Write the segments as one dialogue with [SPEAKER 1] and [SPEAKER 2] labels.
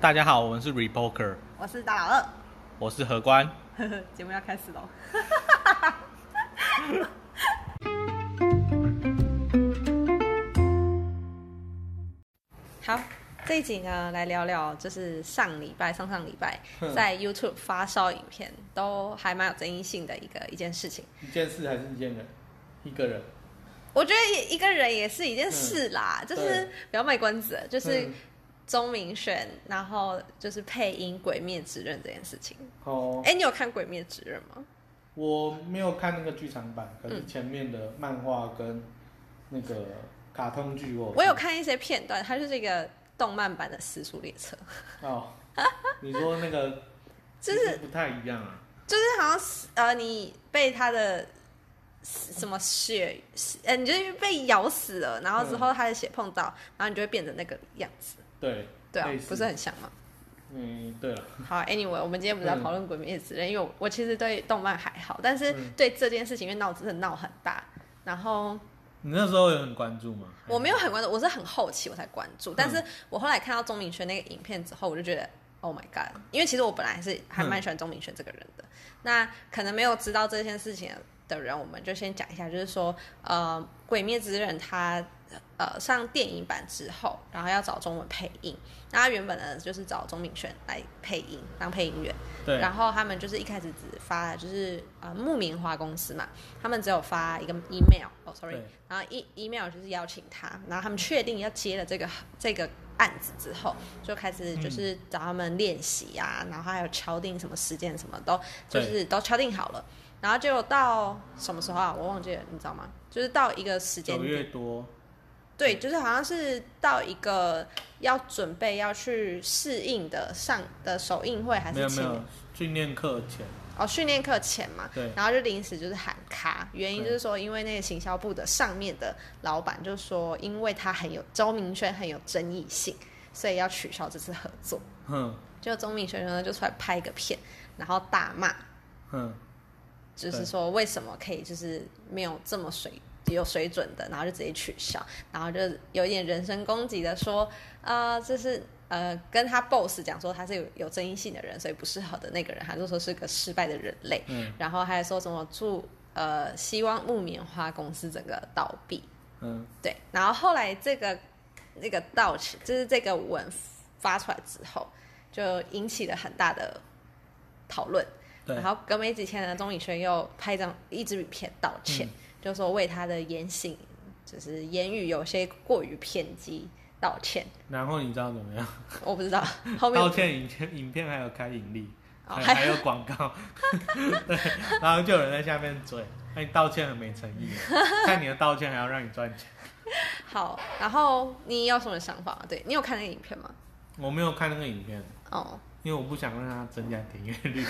[SPEAKER 1] 大家好，我们是 Repoker，
[SPEAKER 2] 我是大老二
[SPEAKER 1] 我是何官。
[SPEAKER 2] 呵呵， 节目要 开始喽。好，这一集呢，来聊聊就是上礼拜、上上礼拜在 YouTube 发烧影片都还蛮有争议性的一个一件事情。
[SPEAKER 1] 一件事还是一件人？一个人。
[SPEAKER 2] 我觉得一个人也是一件事啦，就是
[SPEAKER 1] 嗯对
[SPEAKER 2] 不要卖关子了，就是
[SPEAKER 1] 嗯
[SPEAKER 2] 钟明轩，然后就是配音《鬼灭之刃》这件事情。
[SPEAKER 1] 哦，
[SPEAKER 2] 哎、你有看《鬼灭之刃》吗？
[SPEAKER 1] 我没有看那个剧场版，可是前面的漫画跟那个卡通剧我
[SPEAKER 2] 我有看一些片段，它就是一个动漫版的《时速列车》，
[SPEAKER 1] 哦。你说那个
[SPEAKER 2] 就是
[SPEAKER 1] 不太一样啊？
[SPEAKER 2] 就是好像是呃，你被它的死什么血，死呃，你就是被咬死了，然后
[SPEAKER 1] 嗯
[SPEAKER 2] 之后它的血碰到，然后你就会变成那个样子，
[SPEAKER 1] 对，
[SPEAKER 2] 对啊
[SPEAKER 1] 类，似
[SPEAKER 2] 不是很像吗？
[SPEAKER 1] 嗯，对了，
[SPEAKER 2] 好，anyway，我们今啊天不是
[SPEAKER 1] 嗯
[SPEAKER 2] 要讨论《鬼灭之刃》，因为我我其实对动漫还好，但是
[SPEAKER 1] 嗯
[SPEAKER 2] 对这件事情，因为闹真的闹很大，然后
[SPEAKER 1] 你那时候有很关注吗？
[SPEAKER 2] 我没有很关注，我是很后期我才关注，但是我后来看到钟明轩那个影片之后，我就觉得 Oh my God！因为其实我本来是还蛮喜欢钟明轩这个人的，那可能没有知道这件事情的人，我们就先讲一下，就是说，呃，《鬼灭之刃》它呃上电影版之后，然后要找中文配音，那他原本呢就是找钟明轩来配音当配音员。
[SPEAKER 1] 对，
[SPEAKER 2] 然后他们就是一开始只发就是呃木棉花公司嘛，他们只有发一个 email，哦，sorry，
[SPEAKER 1] 对
[SPEAKER 2] 然后 e email 就是邀请他，然后他们确定要接了这个这个案子之后，就开始就是找他们练习啊，然后还有敲定什么时间什么都就
[SPEAKER 1] 嗯对
[SPEAKER 2] 是都敲定好了，然后结果到什么时候啊？我忘记了，你知道吗？就是到一个时间
[SPEAKER 1] 九
[SPEAKER 2] 点
[SPEAKER 1] 月，多，
[SPEAKER 2] 对，就是好像是到一个要准备要去适应的上的首映会还
[SPEAKER 1] 没有
[SPEAKER 2] 是
[SPEAKER 1] 没
[SPEAKER 2] 前
[SPEAKER 1] 有训练课前，
[SPEAKER 2] 哦，训练课前嘛，
[SPEAKER 1] 对
[SPEAKER 2] 然后就临时就是喊卡，原因就是说，因为那个行销部的上面的老板就说，因为他很有周明轩很有争议性，所以要取消这次合作。
[SPEAKER 1] 哼
[SPEAKER 2] 就周明轩呢就出来拍一个片，然后大骂，
[SPEAKER 1] 哼，
[SPEAKER 2] 就是
[SPEAKER 1] 对
[SPEAKER 2] 说为什么可以就是没有这么水有水准的，然后就直接取消，然后就有一点人身攻击的说，呃，这是呃跟他 boss 讲说他是有有争议性的人，所以不适合的那个人，他就说是个失败的人类，
[SPEAKER 1] 嗯
[SPEAKER 2] 然后还说什么祝呃希望木棉花公司整个倒闭，
[SPEAKER 1] 嗯，
[SPEAKER 2] 对，然后后来这个那个道歉，就是这个文发出来之后，就引起了很大的讨论。
[SPEAKER 1] 对
[SPEAKER 2] 然后隔没几天呢，钟宇轩又拍一张一支影片道歉，
[SPEAKER 1] 嗯
[SPEAKER 2] 就说为他的言行就是言语有些过于偏激道歉。
[SPEAKER 1] 然后你知道怎么样？
[SPEAKER 2] 我不知道后面
[SPEAKER 1] 道歉影片影片还有开盈利，
[SPEAKER 2] 哦
[SPEAKER 1] 还
[SPEAKER 2] 还
[SPEAKER 1] 还有广告， 对，然后就有人在下面追，那、你道歉很没诚 意，看你的道歉还要让你赚钱。
[SPEAKER 2] 好。然后你有什么想法吗？对你有看那个影片吗？
[SPEAKER 1] 我没有看那个影片，
[SPEAKER 2] 哦，
[SPEAKER 1] 因为我不想让它增加点阅率。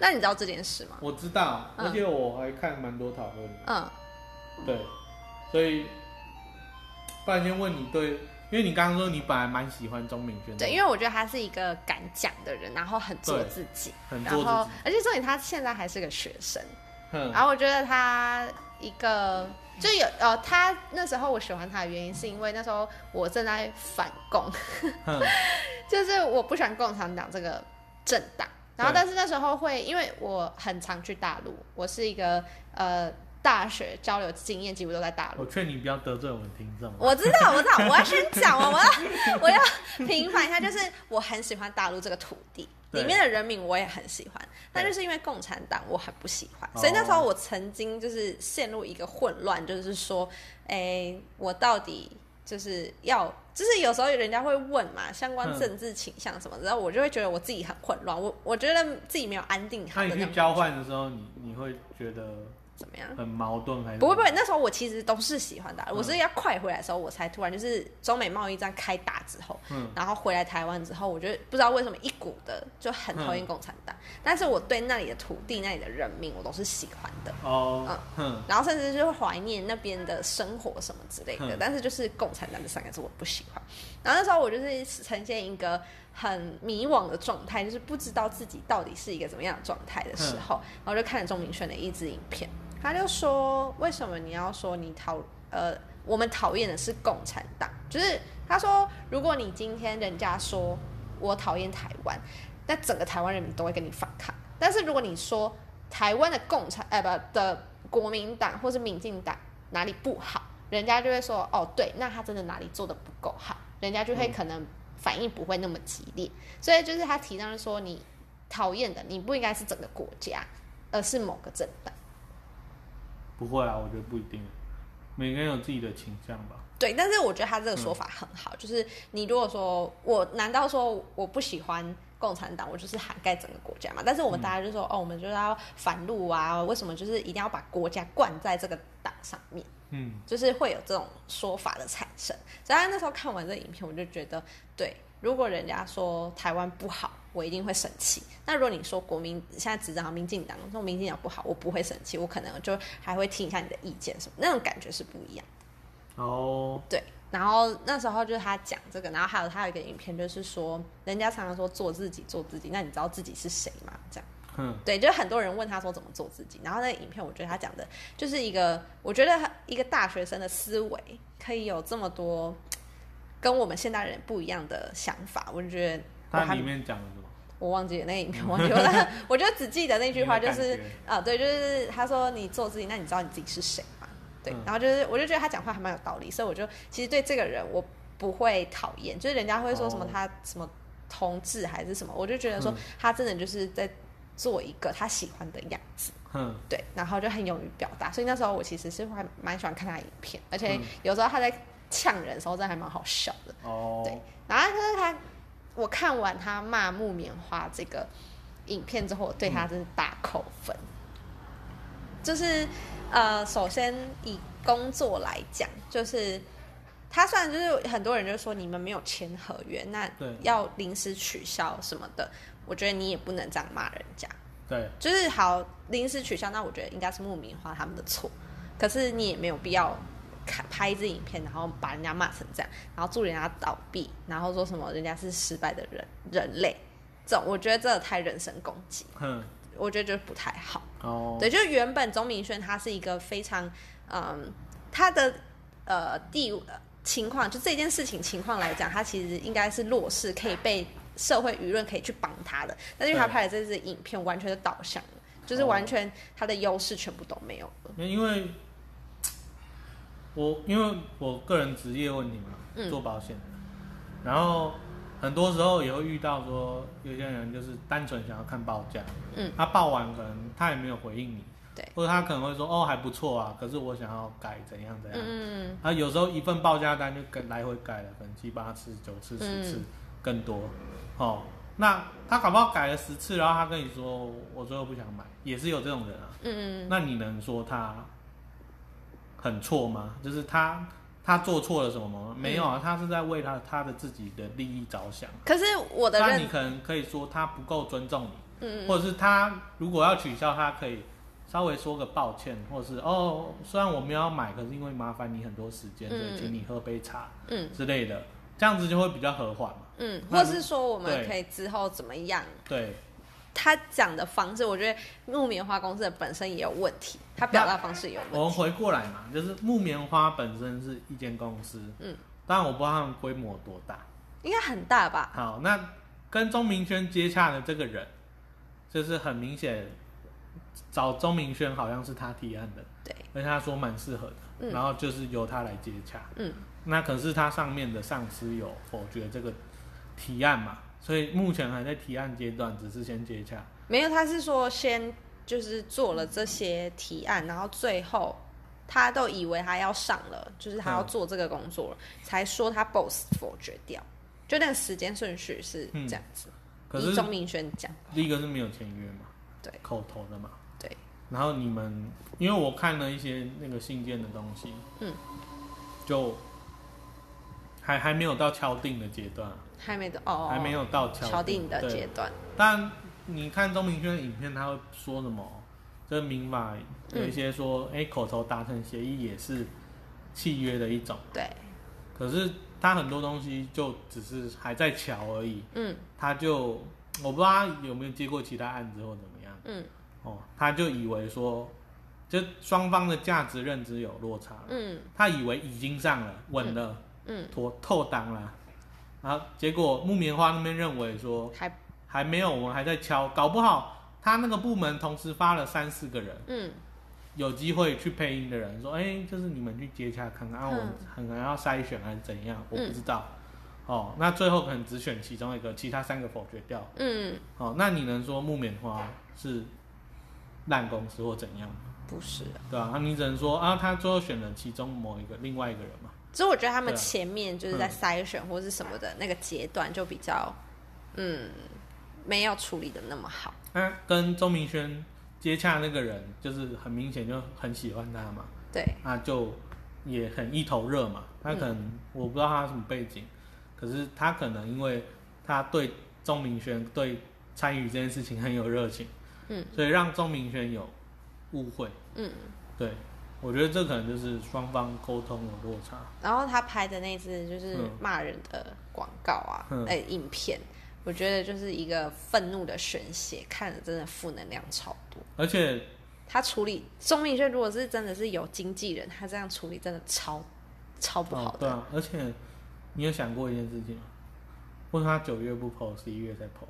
[SPEAKER 2] 那你知道这件事吗？
[SPEAKER 1] 我知道，
[SPEAKER 2] 嗯
[SPEAKER 1] 而且我还看蛮多讨论的，
[SPEAKER 2] 嗯，
[SPEAKER 1] 对，所以，不然先问你对，因为你刚刚说你本来蛮喜欢钟明轩的，
[SPEAKER 2] 对，因为我觉得他是一个敢讲的人，然后很做
[SPEAKER 1] 对
[SPEAKER 2] 自己，
[SPEAKER 1] 很
[SPEAKER 2] 然
[SPEAKER 1] 做
[SPEAKER 2] 后
[SPEAKER 1] 自己，
[SPEAKER 2] 而且重点他现在还是个学生，
[SPEAKER 1] 哼，
[SPEAKER 2] 然后我觉得他一个就有呃，他那时候我喜欢他的原因是因为那时候我正在反共，
[SPEAKER 1] 哼，
[SPEAKER 2] 就是我不喜欢共产党这个政党。然后，
[SPEAKER 1] 对
[SPEAKER 2] 但是那时候会，因为我很常去大陆，我是一个呃大学交流经验几乎都在大
[SPEAKER 1] 我
[SPEAKER 2] 陆。
[SPEAKER 1] 劝你不要得罪我们听众，啊
[SPEAKER 2] 我知道，我知道，我要先讲完，我要我要平反一下，就是我很喜欢大陆这个土地
[SPEAKER 1] 对
[SPEAKER 2] 里面的人民，我也很喜欢，但
[SPEAKER 1] 对
[SPEAKER 2] 就是因为共产党我很不喜欢，
[SPEAKER 1] 哦
[SPEAKER 2] 所以那时候我曾经就是陷入一个混乱，就是说，哎、我到底就是要。就是有时候人家会问嘛，相关
[SPEAKER 1] 嗯
[SPEAKER 2] 政治倾向什么的，然后我就会觉得我自己很混乱，我我觉得自己没有安定好
[SPEAKER 1] 那
[SPEAKER 2] 的
[SPEAKER 1] 你
[SPEAKER 2] 那
[SPEAKER 1] 去
[SPEAKER 2] 种
[SPEAKER 1] 交换的时候，你你会觉得
[SPEAKER 2] 怎么样？
[SPEAKER 1] 很矛盾还是？
[SPEAKER 2] 不会不会，，那时候我其实都是喜欢的，我是
[SPEAKER 1] 嗯
[SPEAKER 2] 要快回来的时候，我才突然就是中美贸易战开打之后，
[SPEAKER 1] 嗯
[SPEAKER 2] 然后回来台湾之后，我就不知道为什么一股的就很讨
[SPEAKER 1] 嗯
[SPEAKER 2] 厌共产党，但是我对那里的土地、那里的人民，我都是喜欢的。
[SPEAKER 1] 哦，哼，
[SPEAKER 2] 然后甚至就是怀念那边的生活什么之类的，
[SPEAKER 1] 嗯
[SPEAKER 2] 但是就是“共产党”这三个字我不喜欢。然后那时候我就是呈现一个很迷惘的状态，就是不知道自己到底是一个怎么样的状态的时候，然后就看了钟明轩的一支影片，他就说：“为什么你要说你讨呃我们讨厌的是共产党？就是他说，如果你今天人家说我讨厌台湾，那整个台湾人民都会跟你反抗。但是如果你说台湾的共产，呃，不的国民党或是民进党哪里不好，人家就会说，哦，对，那他真的哪里做的不够好，人家就会可能反应不会那么激烈。所以就是他提倡说，你讨厌的，你不应该是整个国家，而是某个政党。
[SPEAKER 1] 不会啊，我觉得不一定，每个人有自己的倾向吧。
[SPEAKER 2] 对，但是我觉得他这个说法很好，就是你如果说我难道说我不喜欢共产党，我就是涵盖整个国家嘛？但是我们大家就说、哦，我们就是要反路啊，为什么就是一定要把国家灌在这个党上面？
[SPEAKER 1] 嗯，
[SPEAKER 2] 就是会有这种说法的产生。所以他那时候看完这影片，我就觉得，对，如果人家说台湾不好，我一定会生气。那如果你说国民现在执掌民进党，说民进党不好，我不会生气，我可能就还会听一下你的意见什么，那种感觉是不一样。
[SPEAKER 1] 哦，
[SPEAKER 2] 对，然后那时候就是他讲这个，然后还有他有一个影片，就是说人家常常说做自己，做自己，那你知道自己是谁吗？这样。
[SPEAKER 1] 哼，
[SPEAKER 2] 对，就是很多人问他说怎么做自己，然后那个影片我觉得他讲的就是一个，我觉得一个大学生的思维可以有这么多跟我们现代人不一样的想法，我就觉得我
[SPEAKER 1] 它
[SPEAKER 2] 还
[SPEAKER 1] 里面讲了什么？
[SPEAKER 2] 我忘记了那个影片，我忘 记了，但是我就只记得那句话就
[SPEAKER 1] 你的
[SPEAKER 2] 是
[SPEAKER 1] 感觉
[SPEAKER 2] 啊，对，就是他说你做自己，那你知道你自己是谁吗？对，
[SPEAKER 1] 嗯
[SPEAKER 2] 然后就是我就觉得他讲话还蛮有道理，所以我就其实对这个人我不会讨厌，就是人家会说什么
[SPEAKER 1] 哦
[SPEAKER 2] 他什么同志还是什么，我就觉得说
[SPEAKER 1] 嗯
[SPEAKER 2] 他真的就是在做一个他喜欢的样子，
[SPEAKER 1] 哼，
[SPEAKER 2] 对，然后就很勇于表达，所以那时候我其实是还蛮喜欢看他的影片，而且
[SPEAKER 1] 嗯
[SPEAKER 2] 有时候他在呛人的时候真的还蛮好笑的。对
[SPEAKER 1] 哦，，
[SPEAKER 2] 然后就是他，我看完他骂木棉花这个影片之后，我对他真是大扣分。就是呃，首先以工作来讲，就是他虽然就是很多人就说你们没有签合约，那
[SPEAKER 1] 对
[SPEAKER 2] 要临时取消什么的，我觉得你也不能这样骂人家。
[SPEAKER 1] 对，
[SPEAKER 2] 就是好临时取消，那我觉得应该是木棉花他们的错。可是你也没有必要看拍一支影片，然后把人家骂成这样，然后祝人家倒闭，然后说什么人家是失败的人人类，这种我觉得这太人身攻击，
[SPEAKER 1] 哼，
[SPEAKER 2] 我觉得就不太好。
[SPEAKER 1] 哦，
[SPEAKER 2] 对，就是原本钟明轩他是一个非常，嗯，他的呃地呃情况，就这件事情情况来讲，他其实应该是弱势，可以被社会舆论可以去帮他的，但是因为他
[SPEAKER 1] 对
[SPEAKER 2] 拍的这支影片完全就导向了，就是完
[SPEAKER 1] 哦
[SPEAKER 2] 全他的优势全部都没有了。
[SPEAKER 1] 因为我因为我个人职业问题嘛，
[SPEAKER 2] 嗯
[SPEAKER 1] 做保险，然后很多时候也会遇到说，有些人就是单纯想要看报价，
[SPEAKER 2] 嗯，
[SPEAKER 1] 他报完可能他也没有回应你，
[SPEAKER 2] 对，
[SPEAKER 1] 或者他可能会说哦还不错啊，可是我想要改怎样怎样，
[SPEAKER 2] 嗯，
[SPEAKER 1] 啊，有时候一份报价单就跟来回改了，可能七八次、九次、十次、
[SPEAKER 2] 嗯
[SPEAKER 1] 更多。哦，那他搞不好改了十次，然后他跟你说我最后不想买，也是有这种人啊。
[SPEAKER 2] 嗯
[SPEAKER 1] 那你能说他很错吗？就是他他做错了什么吗？没有啊，他是在为他他的自己的利益着想。
[SPEAKER 2] 可是我的
[SPEAKER 1] 那你
[SPEAKER 2] 认，
[SPEAKER 1] 可能可以说他不够尊重你，
[SPEAKER 2] 嗯，
[SPEAKER 1] 或者是他如果要取消，他可以稍微说个抱歉，或者是哦，虽然我没有要买，可是因为麻烦你很多时间，所以
[SPEAKER 2] 嗯
[SPEAKER 1] 请你喝杯茶，
[SPEAKER 2] 嗯，
[SPEAKER 1] 之类的，这样子就会比较和缓嘛。
[SPEAKER 2] 嗯，
[SPEAKER 1] 那
[SPEAKER 2] 或是说我们
[SPEAKER 1] 对
[SPEAKER 2] 可以之后怎么样？
[SPEAKER 1] 对，
[SPEAKER 2] 他讲的方式，我觉得木棉花公司的本身也有问题，他表达方式也有
[SPEAKER 1] 我
[SPEAKER 2] 问
[SPEAKER 1] 们
[SPEAKER 2] 题。
[SPEAKER 1] 回过来嘛，就是木棉花本身是一间公司，
[SPEAKER 2] 嗯，
[SPEAKER 1] 当然我不知道他们规模多大，
[SPEAKER 2] 应该很大吧？
[SPEAKER 1] 好，那跟钟明轩接洽的这个人，就是很明显，找钟明轩好像是他提案的，
[SPEAKER 2] 对，
[SPEAKER 1] 而且他说蛮适合的，
[SPEAKER 2] 嗯
[SPEAKER 1] 然后就是由他来接洽。
[SPEAKER 2] 嗯，
[SPEAKER 1] 那可是他上面的上司有否决这个提案嘛，所以目前还在提案阶段，只是先接洽。
[SPEAKER 2] 没有，他是说先就是做了这些提案，然后最后他都以为他要上了，就是他要
[SPEAKER 1] 嗯
[SPEAKER 2] 做这个工作了，才说他 boss 否决掉，就那个时间顺序是这样子。
[SPEAKER 1] 嗯可
[SPEAKER 2] 以
[SPEAKER 1] 是
[SPEAKER 2] 钟明轩讲，
[SPEAKER 1] 第一个是没有签约嘛，
[SPEAKER 2] 对，
[SPEAKER 1] 口头的嘛，
[SPEAKER 2] 对。
[SPEAKER 1] 然后你们，因为我看了一些那个信件的东西，
[SPEAKER 2] 嗯，
[SPEAKER 1] 就还还没有到敲定的阶段啊、
[SPEAKER 2] 还没的哦，
[SPEAKER 1] 还没有到敲
[SPEAKER 2] 敲定的
[SPEAKER 1] 对
[SPEAKER 2] 阶段，
[SPEAKER 1] 但你看钟明轩的影片，他会说什么？这民法有一些说，哎、口头达成协议也是契约的一种，
[SPEAKER 2] 对，
[SPEAKER 1] 可是他很多东西就只是还在瞧而已，
[SPEAKER 2] 嗯
[SPEAKER 1] 他就我不知道他有没有接过其他案子或怎么样，
[SPEAKER 2] 嗯
[SPEAKER 1] 哦，他就以为说，就双方的价值认知有落差，
[SPEAKER 2] 嗯
[SPEAKER 1] 他以为已经上了，稳了，
[SPEAKER 2] 嗯，
[SPEAKER 1] 妥透档了，然后结果木棉花那边认为说
[SPEAKER 2] 还
[SPEAKER 1] 还没有，我们还在敲，搞不好他那个部门同时发了三四个人，
[SPEAKER 2] 嗯
[SPEAKER 1] 有机会去配音的人说，哎、就是你们去接洽看看，啊，我们
[SPEAKER 2] 嗯
[SPEAKER 1] 可能要筛选还是怎样，我不
[SPEAKER 2] 嗯
[SPEAKER 1] 知道。哦，那最后可能只选其中一个，其他三个否决掉。
[SPEAKER 2] 嗯，
[SPEAKER 1] 哦，那你能说木棉花是烂公司或怎样吗？
[SPEAKER 2] 不是啊。
[SPEAKER 1] 对啊，那你只能说啊，他最后选了其中某一个另外一个人嘛。
[SPEAKER 2] 所以我觉得他们
[SPEAKER 1] 对啊
[SPEAKER 2] 前面就是在筛选或是什么的那个阶段就比较，嗯，没有处理的那么好。
[SPEAKER 1] 那、啊跟周明轩接洽那个人，就是很明显就很喜欢他嘛，
[SPEAKER 2] 对，
[SPEAKER 1] 那就也很一头热嘛。他可能、
[SPEAKER 2] 嗯
[SPEAKER 1] 我不知道他什么背景，可是他可能因为他对周明轩对参与这件事情很有热情，
[SPEAKER 2] 嗯，
[SPEAKER 1] 所以让周明轩有误会。
[SPEAKER 2] 嗯，
[SPEAKER 1] 对，我觉得这可能就是双方沟通有落差。
[SPEAKER 2] 然后他拍的那支就是
[SPEAKER 1] 嗯
[SPEAKER 2] 骂人的广告啊，哎、
[SPEAKER 1] 嗯
[SPEAKER 2] 影片，我觉得就是一个愤怒的宣泄，看着真的负能量超多。
[SPEAKER 1] 而且
[SPEAKER 2] 他处理钟明轩如果是真的是有经纪人，他这样处理真的超超不好
[SPEAKER 1] 哦。对
[SPEAKER 2] 的。
[SPEAKER 1] 啊，而且你有想过一件事情吗？为什么他九月不剖，十一月再剖？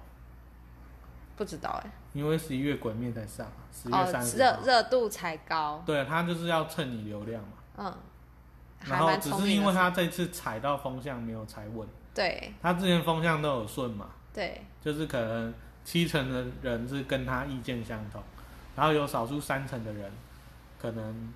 [SPEAKER 2] 不知道哎、
[SPEAKER 1] 因为十一月鬼面才上啊，十月三
[SPEAKER 2] 哦，
[SPEAKER 1] 十、
[SPEAKER 2] 热热度才高，
[SPEAKER 1] 对啊，他就是要蹭你流量嘛。
[SPEAKER 2] 嗯，还
[SPEAKER 1] 然后
[SPEAKER 2] 蛮
[SPEAKER 1] 只
[SPEAKER 2] 聪
[SPEAKER 1] 是
[SPEAKER 2] 明
[SPEAKER 1] 因为
[SPEAKER 2] 的。
[SPEAKER 1] 他这次踩到风向没有踩稳，
[SPEAKER 2] 对
[SPEAKER 1] 他之前风向都有顺嘛，
[SPEAKER 2] 对，
[SPEAKER 1] 就是可能七成的人是跟他意见相同，然后有少数三成的人可能。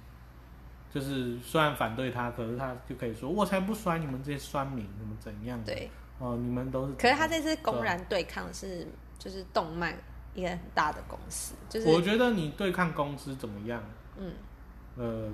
[SPEAKER 1] 就是虽然反对他，可是他就可以说：“我才不甩你们这些酸民，怎么怎样的？
[SPEAKER 2] 对，
[SPEAKER 1] 哦，你们都是……”
[SPEAKER 2] 可是他这次公然
[SPEAKER 1] 啊
[SPEAKER 2] 对抗的是就是动漫一个很大的公司，就是
[SPEAKER 1] 我觉得你对抗公司怎么样？
[SPEAKER 2] 嗯，
[SPEAKER 1] 呃，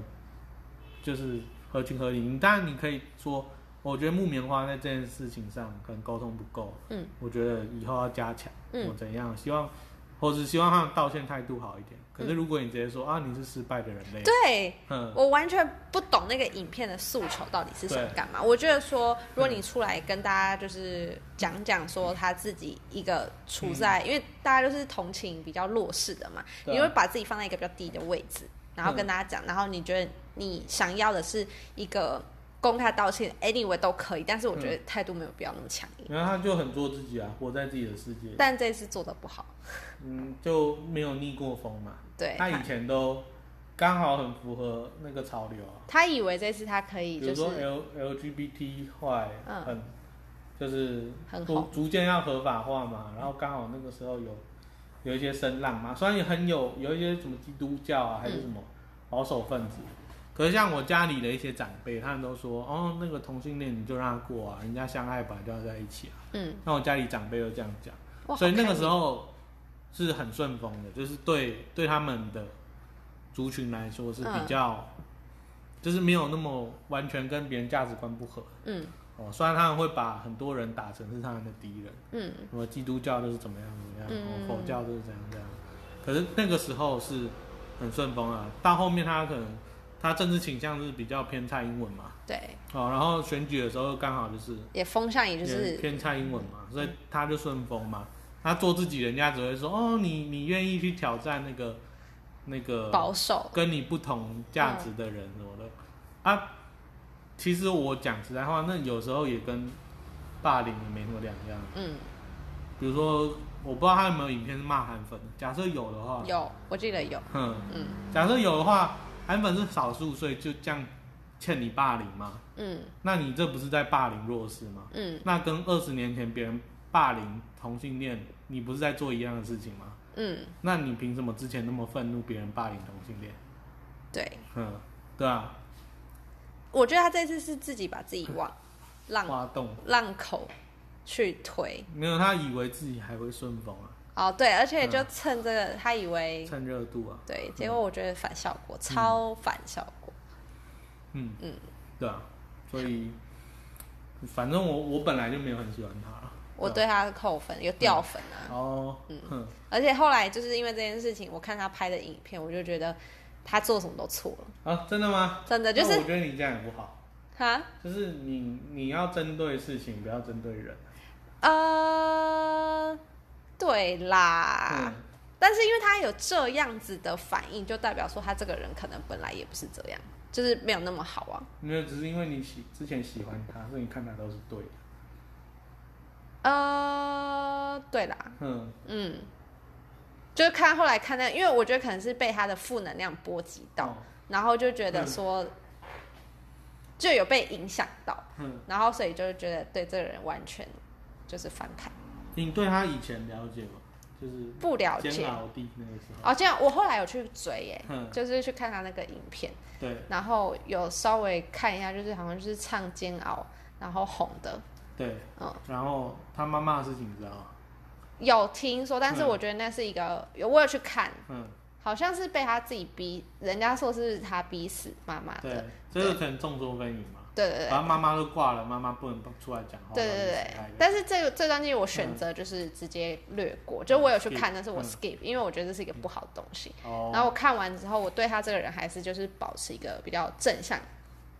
[SPEAKER 1] 就是合情合理。你当然你可以说，我觉得木棉花在这件事情上可能沟通不够，
[SPEAKER 2] 嗯，
[SPEAKER 1] 我觉得以后要加强，
[SPEAKER 2] 嗯
[SPEAKER 1] 我怎样？希望，或是希望他的道歉态度好一点。可是如果你直接说、啊，你是失败的人类，
[SPEAKER 2] 嗯对。
[SPEAKER 1] 嗯，
[SPEAKER 2] 我完全不懂那个影片的诉求到底是想干嘛。我觉得说，如果你
[SPEAKER 1] 嗯
[SPEAKER 2] 出来跟大家就是讲讲说他自己一个处在，因为大家就是同情比较弱势的嘛，
[SPEAKER 1] 嗯对啊
[SPEAKER 2] 你会把自己放在一个比较低的位置，然后
[SPEAKER 1] 嗯
[SPEAKER 2] 跟大家讲，然后你觉得你想要的是一个公开道歉，anyway 都可以，但是我觉得态度没有必要那么强硬。
[SPEAKER 1] 然后他就很做自己啊，活在自己的世界，
[SPEAKER 2] 但这次做的不好，
[SPEAKER 1] 嗯，就没有逆过风嘛。
[SPEAKER 2] 对
[SPEAKER 1] 他以前都刚好很符合那个潮流啊。
[SPEAKER 2] 他以为这次他可以
[SPEAKER 1] 比
[SPEAKER 2] 就
[SPEAKER 1] 如说
[SPEAKER 2] 是
[SPEAKER 1] L LGBT 后来
[SPEAKER 2] 嗯
[SPEAKER 1] 很、就是
[SPEAKER 2] 很
[SPEAKER 1] 逐
[SPEAKER 2] 红
[SPEAKER 1] 逐渐要合法化嘛，然后刚好那个时候有有一些声浪嘛，虽然也很有有一些什么基督教啊还
[SPEAKER 2] 嗯
[SPEAKER 1] 是什么保守分子，可是像我家里的一些长辈，他们都说哦那个同性恋你就让他过啊，人家相爱本来就要在一起啊。
[SPEAKER 2] 嗯，
[SPEAKER 1] 那我家里长辈都这样讲，
[SPEAKER 2] 哇，
[SPEAKER 1] 所以那个时
[SPEAKER 2] 候
[SPEAKER 1] 候是很顺风的，就是对对他们的族群来说是比较，
[SPEAKER 2] 嗯
[SPEAKER 1] 就是没有那么完全跟别人价值观不合
[SPEAKER 2] 嗯
[SPEAKER 1] 哦。虽然他们会把很多人打成是他们的敌人，
[SPEAKER 2] 嗯
[SPEAKER 1] 什么基督教就是怎么样怎么样，
[SPEAKER 2] 嗯
[SPEAKER 1] 哦佛教就是怎样怎样，可是那个时候是很顺风啊。到后面他可能他政治倾向是比较偏蔡英文嘛，
[SPEAKER 2] 对，
[SPEAKER 1] 哦，然后选举的时候刚好就是
[SPEAKER 2] 也风向也就是嗯
[SPEAKER 1] 偏蔡英文嘛，所以他就顺风嘛。他做自己，人家只会说哦，你你愿意去挑战那个那个
[SPEAKER 2] 保守，
[SPEAKER 1] 跟你不同价值的人什么的、啊。其实我讲实在话，那有时候也跟霸凌也没什么两样。
[SPEAKER 2] 嗯，
[SPEAKER 1] 比如说，我不知道他有没有影片是骂韩粉的，假设有的话，
[SPEAKER 2] 有，我记得有，
[SPEAKER 1] 啊嗯，
[SPEAKER 2] 嗯
[SPEAKER 1] 假设有的话，韩粉是少数，所以就这样欠你霸凌嘛？
[SPEAKER 2] 嗯
[SPEAKER 1] 那你这不是在霸凌弱势吗？
[SPEAKER 2] 嗯
[SPEAKER 1] 那跟二十年前别人霸凌同性恋，你不是在做一样的事情吗？
[SPEAKER 2] 嗯，
[SPEAKER 1] 那你凭什么之前那么愤怒别人霸凌同性恋？
[SPEAKER 2] 对，
[SPEAKER 1] 嗯，对啊，
[SPEAKER 2] 我觉得他这次是自己把自己 往浪
[SPEAKER 1] 挖洞，
[SPEAKER 2] 浪口去推。
[SPEAKER 1] 没有他以为自己还会顺风啊，
[SPEAKER 2] 哦，对，而且就趁这个，他以为
[SPEAKER 1] 嗯趁嗯热度啊，
[SPEAKER 2] 对，结果我觉得反效果，超反效果。
[SPEAKER 1] 嗯
[SPEAKER 2] 嗯，
[SPEAKER 1] 对啊，所以反正我我本来就没有很喜欢他啊，
[SPEAKER 2] 我对他的扣分，有掉粉啊。
[SPEAKER 1] 哦，嗯，
[SPEAKER 2] 而且后来就是因为这件事情，我看他拍的影片，我就觉得他做什么都错了，
[SPEAKER 1] 啊，真的吗？
[SPEAKER 2] 真的呃就是
[SPEAKER 1] 那我觉得你这样也不好，
[SPEAKER 2] 哈
[SPEAKER 1] 就是你你要针对事情，不要针对人。
[SPEAKER 2] 呃，对啦。
[SPEAKER 1] 嗯，
[SPEAKER 2] 但是因为他有这样子的反应，就代表说他这个人可能本来也不是这样，就是没有那么好啊。
[SPEAKER 1] 没有，只是因为你喜之前喜欢他，所以你看他都是对的。
[SPEAKER 2] 呃，对啦，
[SPEAKER 1] 嗯，
[SPEAKER 2] 嗯，就是看后来看那，因为我觉得可能是被他的负能量波及到，
[SPEAKER 1] 哦
[SPEAKER 2] 然后就觉得说、就有被影响到，
[SPEAKER 1] 嗯，
[SPEAKER 2] 然后所以就是觉得对这个人完全就是反感，
[SPEAKER 1] 你对他以前了解吗？就是
[SPEAKER 2] 不了解
[SPEAKER 1] 煎。熬地那个时候，
[SPEAKER 2] 哦，这样我后来有去追耶、
[SPEAKER 1] 嗯，
[SPEAKER 2] 就是去看他那个影片，
[SPEAKER 1] 对
[SPEAKER 2] 然后有稍微看一下，就是好像就是唱《煎熬》，然后红的，
[SPEAKER 1] 对，
[SPEAKER 2] 嗯，
[SPEAKER 1] 然后他妈妈的事情你知道吗？
[SPEAKER 2] 有听说，但是
[SPEAKER 1] 嗯
[SPEAKER 2] 我觉得那是一个，有我有去看，
[SPEAKER 1] 嗯，
[SPEAKER 2] 好像是被他自己逼，人家说是他逼死妈妈的
[SPEAKER 1] 对，，这个可能众说纷纭嘛。
[SPEAKER 2] 对啊对对
[SPEAKER 1] 然后妈妈都挂了，妈妈不能出来讲话。
[SPEAKER 2] 对对
[SPEAKER 1] 然后就
[SPEAKER 2] 对对
[SPEAKER 1] 死开了。
[SPEAKER 2] 但是这个这段剧我选择就是直接略过，就我有去
[SPEAKER 1] Skip，
[SPEAKER 2] 看，但是我
[SPEAKER 1] 嗯
[SPEAKER 2] skip，因为我觉得这是一个不好的东西。然
[SPEAKER 1] 哦，
[SPEAKER 2] 后我看完之后，我对他这个人还是就是保持一个比较正向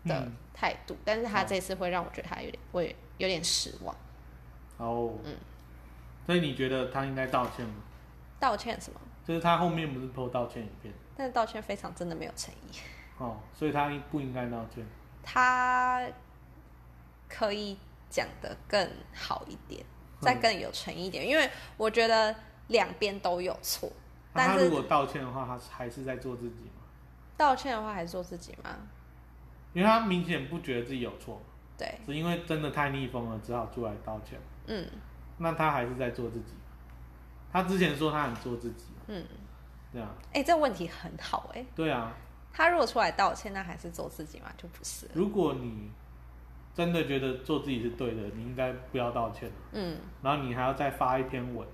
[SPEAKER 2] 的
[SPEAKER 1] 嗯
[SPEAKER 2] 态度，但是他这次会让我觉得他有点会有点失望。
[SPEAKER 1] 哦，
[SPEAKER 2] 嗯
[SPEAKER 1] 所以你觉得他应该道歉吗？
[SPEAKER 2] 道歉什么？
[SPEAKER 1] 就是他后面不是 PO 道歉影片
[SPEAKER 2] 但是道歉非常真的没有诚意，
[SPEAKER 1] 哦，所以他不应该道歉。
[SPEAKER 2] 他可以讲的更好一点，
[SPEAKER 1] 嗯
[SPEAKER 2] 再更有诚意一点，因为我觉得两边都有错，
[SPEAKER 1] 那
[SPEAKER 2] 但
[SPEAKER 1] 啊他
[SPEAKER 2] 是
[SPEAKER 1] 如果道歉的话，他还是在做自己嘛？
[SPEAKER 2] 道歉的话还是做自己嘛。
[SPEAKER 1] 因为他明显不觉得自己有错，
[SPEAKER 2] 对，
[SPEAKER 1] 只因为真的太逆风了，只好出来道歉。
[SPEAKER 2] 嗯
[SPEAKER 1] 那他还是在做自己。他之前说他很做自己，
[SPEAKER 2] 嗯，
[SPEAKER 1] 对啊，
[SPEAKER 2] 哎、这问题很好哎、
[SPEAKER 1] 对啊。
[SPEAKER 2] 他如果出来道歉，那还是做自己嘛，就不是了。
[SPEAKER 1] 如果你真的觉得做自己是对的，你应该不要道歉。
[SPEAKER 2] 嗯，
[SPEAKER 1] 然后你还要再发一篇文，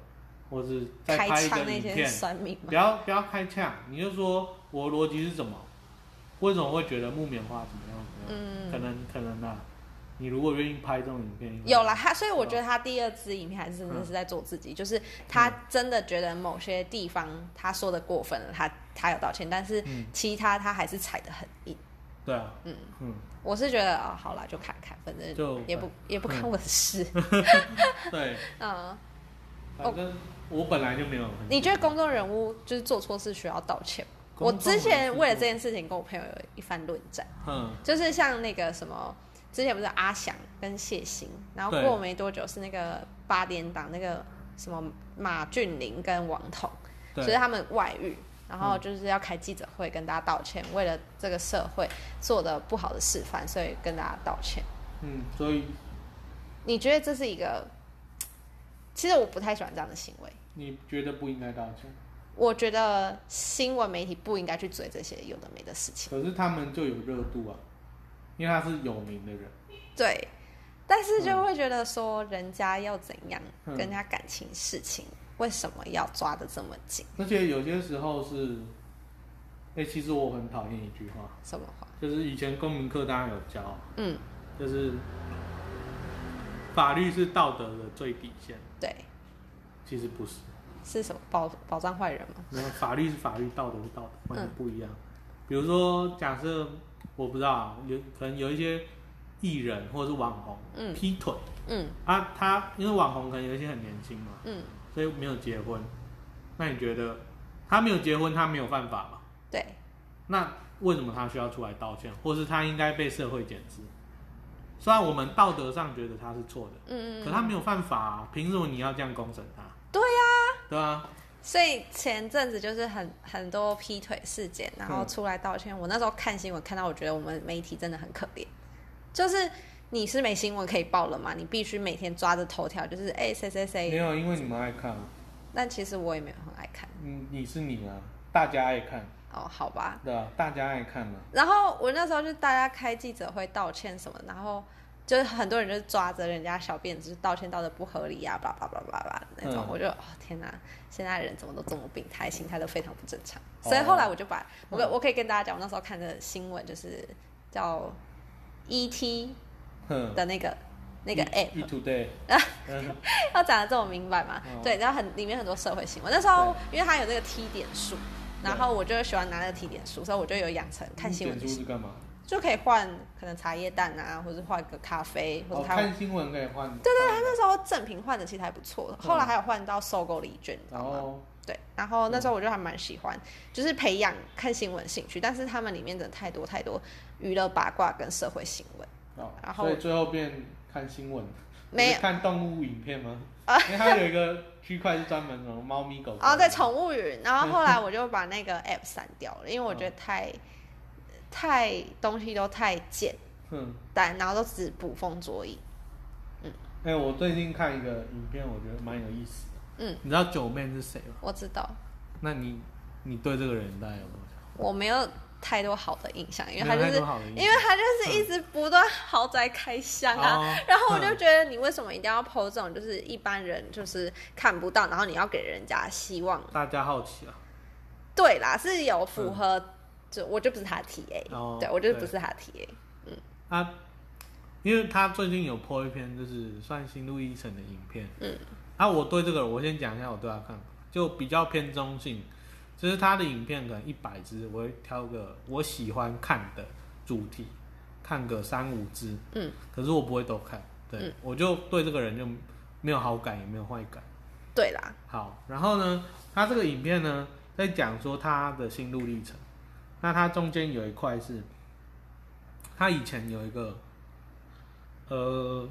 [SPEAKER 1] 或是再
[SPEAKER 2] 开
[SPEAKER 1] 拍一个
[SPEAKER 2] 枪那
[SPEAKER 1] 影
[SPEAKER 2] 些
[SPEAKER 1] 片，
[SPEAKER 2] 酸民嘛
[SPEAKER 1] 不，要不要开呛，你就说我逻辑是什么？为什么会觉得木棉花怎么样怎么样？
[SPEAKER 2] 嗯，
[SPEAKER 1] 可能可能啊，你如果愿意拍这种影片，应该
[SPEAKER 2] 有啦，他，所以我觉得他第二支影片还是真的是在做自
[SPEAKER 1] 嗯
[SPEAKER 2] 己，就是他真的觉得某些地方他说的过分了，他他有道歉，但是
[SPEAKER 1] 嗯
[SPEAKER 2] 其他他还是踩得很硬。
[SPEAKER 1] 对啊，
[SPEAKER 2] 嗯
[SPEAKER 1] 嗯，
[SPEAKER 2] 我是觉得啊、好啦，就看看，反
[SPEAKER 1] 就嗯
[SPEAKER 2] 正也不也不看我的事。
[SPEAKER 1] 对，
[SPEAKER 2] 嗯，
[SPEAKER 1] 反正我本来就没有很。
[SPEAKER 2] 你觉得公众人物就是做错事需要道歉吗？我
[SPEAKER 1] 公众
[SPEAKER 2] 之
[SPEAKER 1] 人
[SPEAKER 2] 前
[SPEAKER 1] 物
[SPEAKER 2] 为了这件事情跟我朋友有一番论战。
[SPEAKER 1] 嗯
[SPEAKER 2] 就是像那个什么，之前不是阿翔跟谢欣，然后
[SPEAKER 1] 对
[SPEAKER 2] 过没多久是那个八点档那个什么马俊麟跟王彤，
[SPEAKER 1] 对嗯
[SPEAKER 2] 就是啊他们外遇，然后就是要开记者会跟大家道歉，为了这个社会做的不好的示范，所以跟大家道歉。
[SPEAKER 1] 嗯，所以
[SPEAKER 2] 你觉得这是一个？其实我不太喜欢这样的行为，
[SPEAKER 1] 你觉得不应该道歉，
[SPEAKER 2] 我觉得新闻媒体不应该去追这些有的没的事情。
[SPEAKER 1] 可是他们就有热度啊，因为他是有名的人，
[SPEAKER 2] 对，但是就会觉得说人家要怎样、
[SPEAKER 1] 嗯
[SPEAKER 2] 跟他感情事情，为什么要抓的这么紧？
[SPEAKER 1] 而且有些时候是，哎、其实我很讨厌一句话，
[SPEAKER 2] 什么话？
[SPEAKER 1] 就是以前公民课当然有教，
[SPEAKER 2] 嗯，
[SPEAKER 1] 就是法律是道德的最底线，
[SPEAKER 2] 对，
[SPEAKER 1] 其实不是，
[SPEAKER 2] 是什么保保障坏人吗？
[SPEAKER 1] 没有法律是法律，道德是道德，完全
[SPEAKER 2] 嗯
[SPEAKER 1] 不一样。比如说，假设我不知道啊，有可能有一些艺人或者是网红，
[SPEAKER 2] 嗯
[SPEAKER 1] 劈腿，
[SPEAKER 2] 嗯
[SPEAKER 1] 啊，他因为网红可能有一些很年轻嘛，
[SPEAKER 2] 嗯，
[SPEAKER 1] 所以没有结婚，那你觉得他没有结婚，他没有犯法吗？
[SPEAKER 2] 对，
[SPEAKER 1] 那为什么他需要出来道歉，或是他应该被社会检视？虽然我们道德上觉得他是错的，
[SPEAKER 2] 嗯嗯
[SPEAKER 1] 可他没有犯法、啊，凭什么你要这样公审他？
[SPEAKER 2] 对
[SPEAKER 1] 呀、对啊，
[SPEAKER 2] 所以前阵子就是很很多劈腿事件，然后
[SPEAKER 1] 嗯
[SPEAKER 2] 出来道歉。我那时候看新闻看到，我觉得我们媒体真的很可怜，就是。你是没新闻可以报了嘛？你必须每天抓着头条，就是哎谁谁
[SPEAKER 1] 没
[SPEAKER 2] 谁。
[SPEAKER 1] 有，啊因为你们爱看，
[SPEAKER 2] 但其实我也没有很爱看
[SPEAKER 1] 嗯，你是你啊，大家爱看，
[SPEAKER 2] 哦，好吧。
[SPEAKER 1] 对啊，大家爱看嘛、
[SPEAKER 2] 然后我那时候就大家开记者会道歉什么，然后就是很多人就是抓着人家小辫子，就是道歉道的不合理啊，叭叭叭叭叭那种，
[SPEAKER 1] 嗯
[SPEAKER 2] 我就哦天哪，现在人怎么都这么病态，心态都非常不正常。
[SPEAKER 1] 哦
[SPEAKER 2] 所以后来我就把我可
[SPEAKER 1] 嗯
[SPEAKER 2] 我可以跟大家讲，我那时候看的新闻就是叫 E.T.
[SPEAKER 1] 哼，
[SPEAKER 2] 的那个那个 app，啊
[SPEAKER 1] e today，
[SPEAKER 2] 要讲的这么明白嘛？
[SPEAKER 1] 嗯
[SPEAKER 2] 对，然后很里面很多社会新闻。那时候因为它有那个 T 点数，然后我就喜欢拿那个 T 点数，所以我就有养成 看新闻的
[SPEAKER 1] 出
[SPEAKER 2] 习惯
[SPEAKER 1] 是干嘛？
[SPEAKER 2] 就可以换可能茶叶蛋啊，或者换个咖啡，或
[SPEAKER 1] 哦，
[SPEAKER 2] 者他、
[SPEAKER 1] 看新闻可以换，
[SPEAKER 2] 对对，他那时候正品换的其实还不错，
[SPEAKER 1] 嗯哦
[SPEAKER 2] 后来还有换到收购礼券，你知
[SPEAKER 1] 然
[SPEAKER 2] 道吗？
[SPEAKER 1] 后
[SPEAKER 2] 对，然
[SPEAKER 1] 嗯
[SPEAKER 2] 后那时候我就还蛮喜欢，就是培养看新闻兴趣，但是他们里面真的太多太多娱乐八卦跟社会新闻，
[SPEAKER 1] 哦，
[SPEAKER 2] 然后
[SPEAKER 1] 所以最后变看新闻，
[SPEAKER 2] 没啊
[SPEAKER 1] 你是看动物影片吗？因为它有一个区块是专门什么猫咪狗狗。
[SPEAKER 2] 哦，对，宠物云。然后后来我就把那个 app 删掉了，因为我觉得太、太东西都太简
[SPEAKER 1] 嗯，
[SPEAKER 2] 单，然后都只捕风捉影。
[SPEAKER 1] 哎、我最近看一个影片，我觉得蛮有意思的。
[SPEAKER 2] 嗯，
[SPEAKER 1] 你知道九妹是谁吗？
[SPEAKER 2] 我知道，
[SPEAKER 1] 那你你对这个人大概有多少？
[SPEAKER 2] 我没有太多好的印象，因为他
[SPEAKER 1] 没
[SPEAKER 2] 就
[SPEAKER 1] 有太
[SPEAKER 2] 是
[SPEAKER 1] 多好的印象
[SPEAKER 2] 因为他就是一直不断豪宅开箱啊。
[SPEAKER 1] 哦
[SPEAKER 2] 然后我就
[SPEAKER 1] 嗯
[SPEAKER 2] 觉得你为什么一定要剖这种，就是一般人就是看不到，然后你要给人家希望。
[SPEAKER 1] 大家好奇啊，
[SPEAKER 2] 对啦，是有符合，就我就不是他 TA，、
[SPEAKER 1] 哦
[SPEAKER 2] 对我就
[SPEAKER 1] 对
[SPEAKER 2] 不是他 TA。
[SPEAKER 1] 他啊因为他最近有 po 一篇就是算心路历程的影片，
[SPEAKER 2] 嗯，
[SPEAKER 1] 啊，我对这个人我先讲一下我对他看法，就比较偏中性，就是他的影片可能一百支，我会挑个我喜欢看的主题，看个三五支，
[SPEAKER 2] 嗯，
[SPEAKER 1] 可是我不会都看，对、
[SPEAKER 2] 嗯
[SPEAKER 1] 我就对这个人就没有好感也没有坏感。
[SPEAKER 2] 对啦，
[SPEAKER 1] 好，然后呢，他这个影片呢，在讲说他的心路历程。那他中间有一块是，他以前有一个，呃，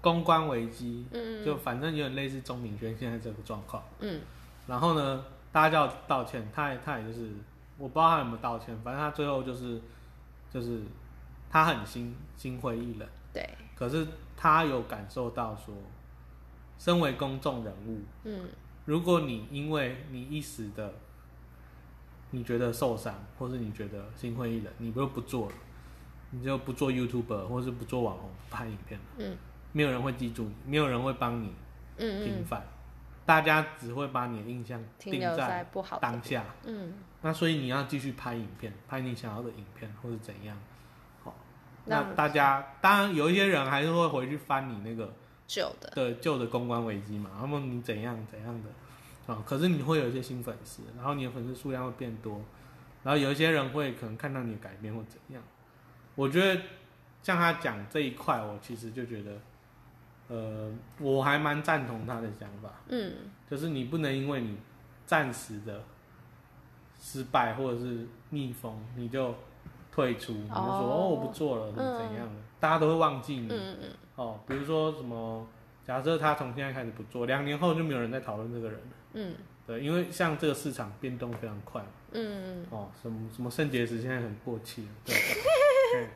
[SPEAKER 1] 公关危机，
[SPEAKER 2] 嗯
[SPEAKER 1] 就反正有点类似钟明轩现在这个状况。
[SPEAKER 2] 嗯
[SPEAKER 1] 然后呢，大家叫道歉，他也他也就是我不知道他有没有道歉，反正他最后就是就是他很心心灰意冷。
[SPEAKER 2] 对，
[SPEAKER 1] 可是他有感受到说，身为公众人物，
[SPEAKER 2] 嗯
[SPEAKER 1] 如果你因为你一时的，你觉得受伤，或是你觉得心灰意冷，你就不做了，你就不做 YouTuber，或是不做网红不拍影片了，
[SPEAKER 2] 嗯
[SPEAKER 1] 没有人会记住你，没有人会帮你
[SPEAKER 2] 嗯嗯
[SPEAKER 1] 平反，大家只会把你的印象
[SPEAKER 2] 停
[SPEAKER 1] 定
[SPEAKER 2] 留在
[SPEAKER 1] 在
[SPEAKER 2] 不好的
[SPEAKER 1] 当下。
[SPEAKER 2] 嗯，
[SPEAKER 1] 那所以你要继续拍影片，拍你想要的影片，或是怎样。好，
[SPEAKER 2] 那
[SPEAKER 1] 那大家当然有一些人还是会回去翻你那个
[SPEAKER 2] 旧的，
[SPEAKER 1] 的旧的公关危机嘛，然后你怎样怎样的啊、可是你会有一些新粉丝，然后你的粉丝数量会变多，然后有一些人会可能看到你的改变或怎样。我觉得像他讲这一块，我其实就觉得，呃，我还蛮赞同他的想法，
[SPEAKER 2] 嗯
[SPEAKER 1] 就是你不能因为你暂时的失败或者是逆风，你就退出，你就说
[SPEAKER 2] 哦
[SPEAKER 1] 哦我不做了，怎么怎样的，大家都会忘记你。
[SPEAKER 2] 嗯嗯嗯，
[SPEAKER 1] 哦，比如说什么，假设他从现在开始不做，两年后就没有人在讨论这个人了。
[SPEAKER 2] 嗯
[SPEAKER 1] 对，因为像这个市场变动非常快嘛
[SPEAKER 2] 嗯，
[SPEAKER 1] 哦，什么什么肾结石现在很过气了， 对，嗯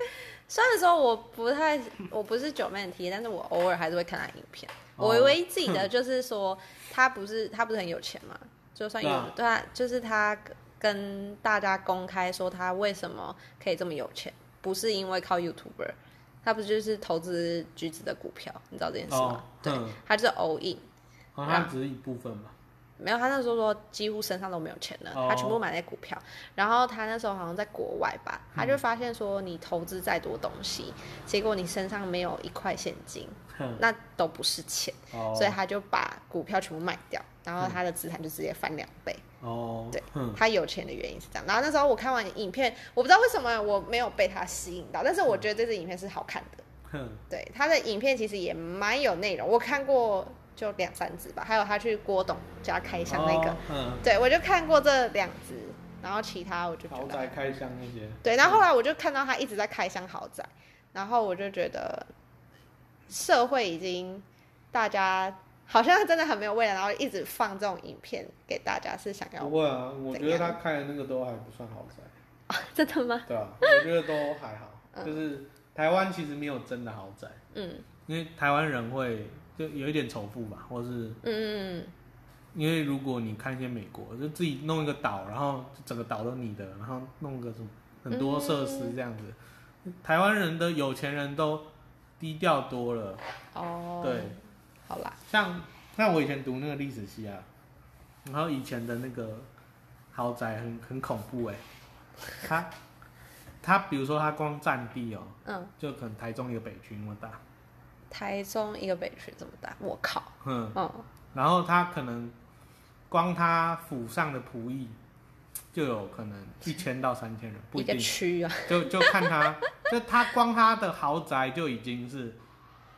[SPEAKER 2] 虽然说我不太，我不是九妹的 T，但是我偶尔还是会看他影片。
[SPEAKER 1] 哦
[SPEAKER 2] 我唯一 记得就是说，他不是他不是很有钱嘛，就算有
[SPEAKER 1] 对啊
[SPEAKER 2] 对啊，就是他跟大家公开说他为什么可以这么有钱，不是因为靠 YouTuber，他不就是投资橘子的股票，你知道这件事吗
[SPEAKER 1] 哦？，
[SPEAKER 2] 对，
[SPEAKER 1] 嗯，
[SPEAKER 2] 他就是 all in。
[SPEAKER 1] 好像只是一部分吧，
[SPEAKER 2] 没有，他那时候说几乎身上都没有钱了，
[SPEAKER 1] 哦
[SPEAKER 2] 他全部买在股票。然后他那时候好像在国外吧，他
[SPEAKER 1] 嗯
[SPEAKER 2] 就发现说你投资再多东西，结果你身上没有一块现金，
[SPEAKER 1] 哼，
[SPEAKER 2] 那都不是钱，
[SPEAKER 1] 嗯哦，嗯
[SPEAKER 2] 所以他就把股票全部卖掉，然后他的资产就直接翻两倍。
[SPEAKER 1] 哦，
[SPEAKER 2] 对
[SPEAKER 1] 哼，
[SPEAKER 2] 他有钱的原因是这样。然后那时候我看完影片，我不知道为什么我没有被他吸引到，但是
[SPEAKER 1] 嗯
[SPEAKER 2] 我觉得这支影片是好看的。
[SPEAKER 1] 哼，
[SPEAKER 2] 对，他的影片其实也蛮有内容，我看过就两三支吧，还有他去郭董家开箱那个。
[SPEAKER 1] 哦，嗯，
[SPEAKER 2] 对，我就看过这两只，然后其他我就觉
[SPEAKER 1] 豪
[SPEAKER 2] 得
[SPEAKER 1] 宅开箱那些，
[SPEAKER 2] 对，然后后来我就看到他一直在开箱豪宅，然后我就觉得社会已经大家好像真的很没有未来，然后一直放这种影片给大家是想要
[SPEAKER 1] 不会啊，我觉得
[SPEAKER 2] 怎样
[SPEAKER 1] 他开的那个都还不算豪宅，
[SPEAKER 2] 真的吗？
[SPEAKER 1] 对啊，我觉得都还 好，就是台湾其实没有真的豪宅。
[SPEAKER 2] 嗯
[SPEAKER 1] 因为台湾人会就有一点仇富吧，或是
[SPEAKER 2] 嗯嗯
[SPEAKER 1] 因为如果你看一些美国，就自己弄一个岛，然后整个岛都你的，然后弄个什么很多设施这样子。台湾人的有钱人都低调多了，
[SPEAKER 2] 嗯，哦，
[SPEAKER 1] 对，，
[SPEAKER 2] 好啦，
[SPEAKER 1] 像像我以前读那个历史系啊，然后以前的那个豪宅很很恐怖哎、他他比如说他光占地哦，
[SPEAKER 2] 嗯，
[SPEAKER 1] 就可能台中一个北区那么大，
[SPEAKER 2] 台中一个北区这么大，我靠，
[SPEAKER 1] 嗯，
[SPEAKER 2] 嗯，
[SPEAKER 1] 然后他可能光他府上的仆役就有可能一千到三千人，不
[SPEAKER 2] 一
[SPEAKER 1] 一
[SPEAKER 2] 个
[SPEAKER 1] 定，
[SPEAKER 2] 区啊，
[SPEAKER 1] 就就看他，就他光他的豪宅就已经是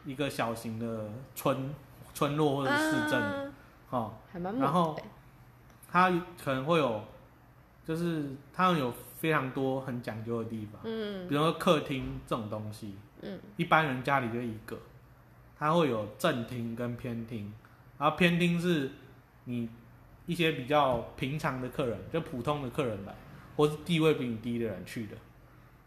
[SPEAKER 1] 一个小型的村村落或者市镇了、
[SPEAKER 2] 啊
[SPEAKER 1] 哦，
[SPEAKER 2] 还蛮
[SPEAKER 1] 然后
[SPEAKER 2] 猛的欸，
[SPEAKER 1] 他可能会有，就是他们有非常多很讲究的地方，
[SPEAKER 2] 嗯
[SPEAKER 1] 比如说客厅这种东西，
[SPEAKER 2] 嗯，
[SPEAKER 1] 一般人家里就一个，它会有正听跟偏听，然后偏听是你一些比较平常的客人，就普通的客人来，或是地位比你低的人去的，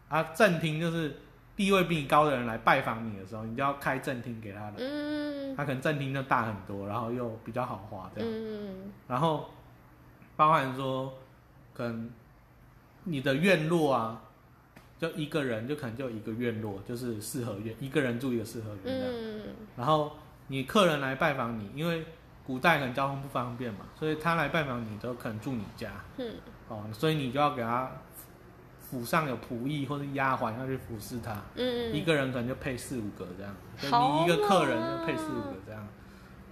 [SPEAKER 1] 啊，正听就是地位比你高的人来拜访你的时候，你就要开正厅给他的，
[SPEAKER 2] 嗯
[SPEAKER 1] 他可能正厅就大很多，然后又比较豪华这样，
[SPEAKER 2] 嗯
[SPEAKER 1] 然后包含说可能你的院落啊。就一个人，就可能就一个院落，就是四合院，一个人住一个四合院这样。
[SPEAKER 2] 嗯
[SPEAKER 1] 然后你客人来拜访你，因为古代可能交通不方便嘛，所以他来拜访你都可能住你家
[SPEAKER 2] 嗯
[SPEAKER 1] 哦，所以你就要给他府上有仆役或是丫鬟要去服侍他，
[SPEAKER 2] 嗯，
[SPEAKER 1] 一个人可能就配四五个这样，就
[SPEAKER 2] 好
[SPEAKER 1] 你
[SPEAKER 2] 啊
[SPEAKER 1] 一个客人
[SPEAKER 2] 啦
[SPEAKER 1] 就配四五个这样，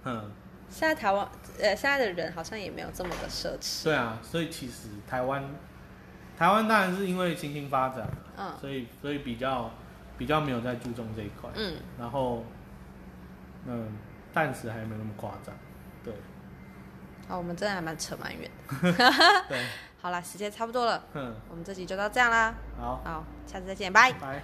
[SPEAKER 1] 嗯，
[SPEAKER 2] 现在台湾呃现在的人好像也没有这么的奢侈，
[SPEAKER 1] 对啊，所以其实台湾台湾当然是因为新兴发展嘛，
[SPEAKER 2] 嗯
[SPEAKER 1] 所以所以比较比较没有在注重这一块，
[SPEAKER 2] 嗯
[SPEAKER 1] 然后嗯，暂时还没那么夸张，对。
[SPEAKER 2] 好，我们真的还蛮扯蛮远的。
[SPEAKER 1] 对，
[SPEAKER 2] 好啦，时间差不多了，
[SPEAKER 1] 嗯，
[SPEAKER 2] 我们这集就到这样啦，
[SPEAKER 1] 好，
[SPEAKER 2] 好，下次再见，拜。
[SPEAKER 1] 拜。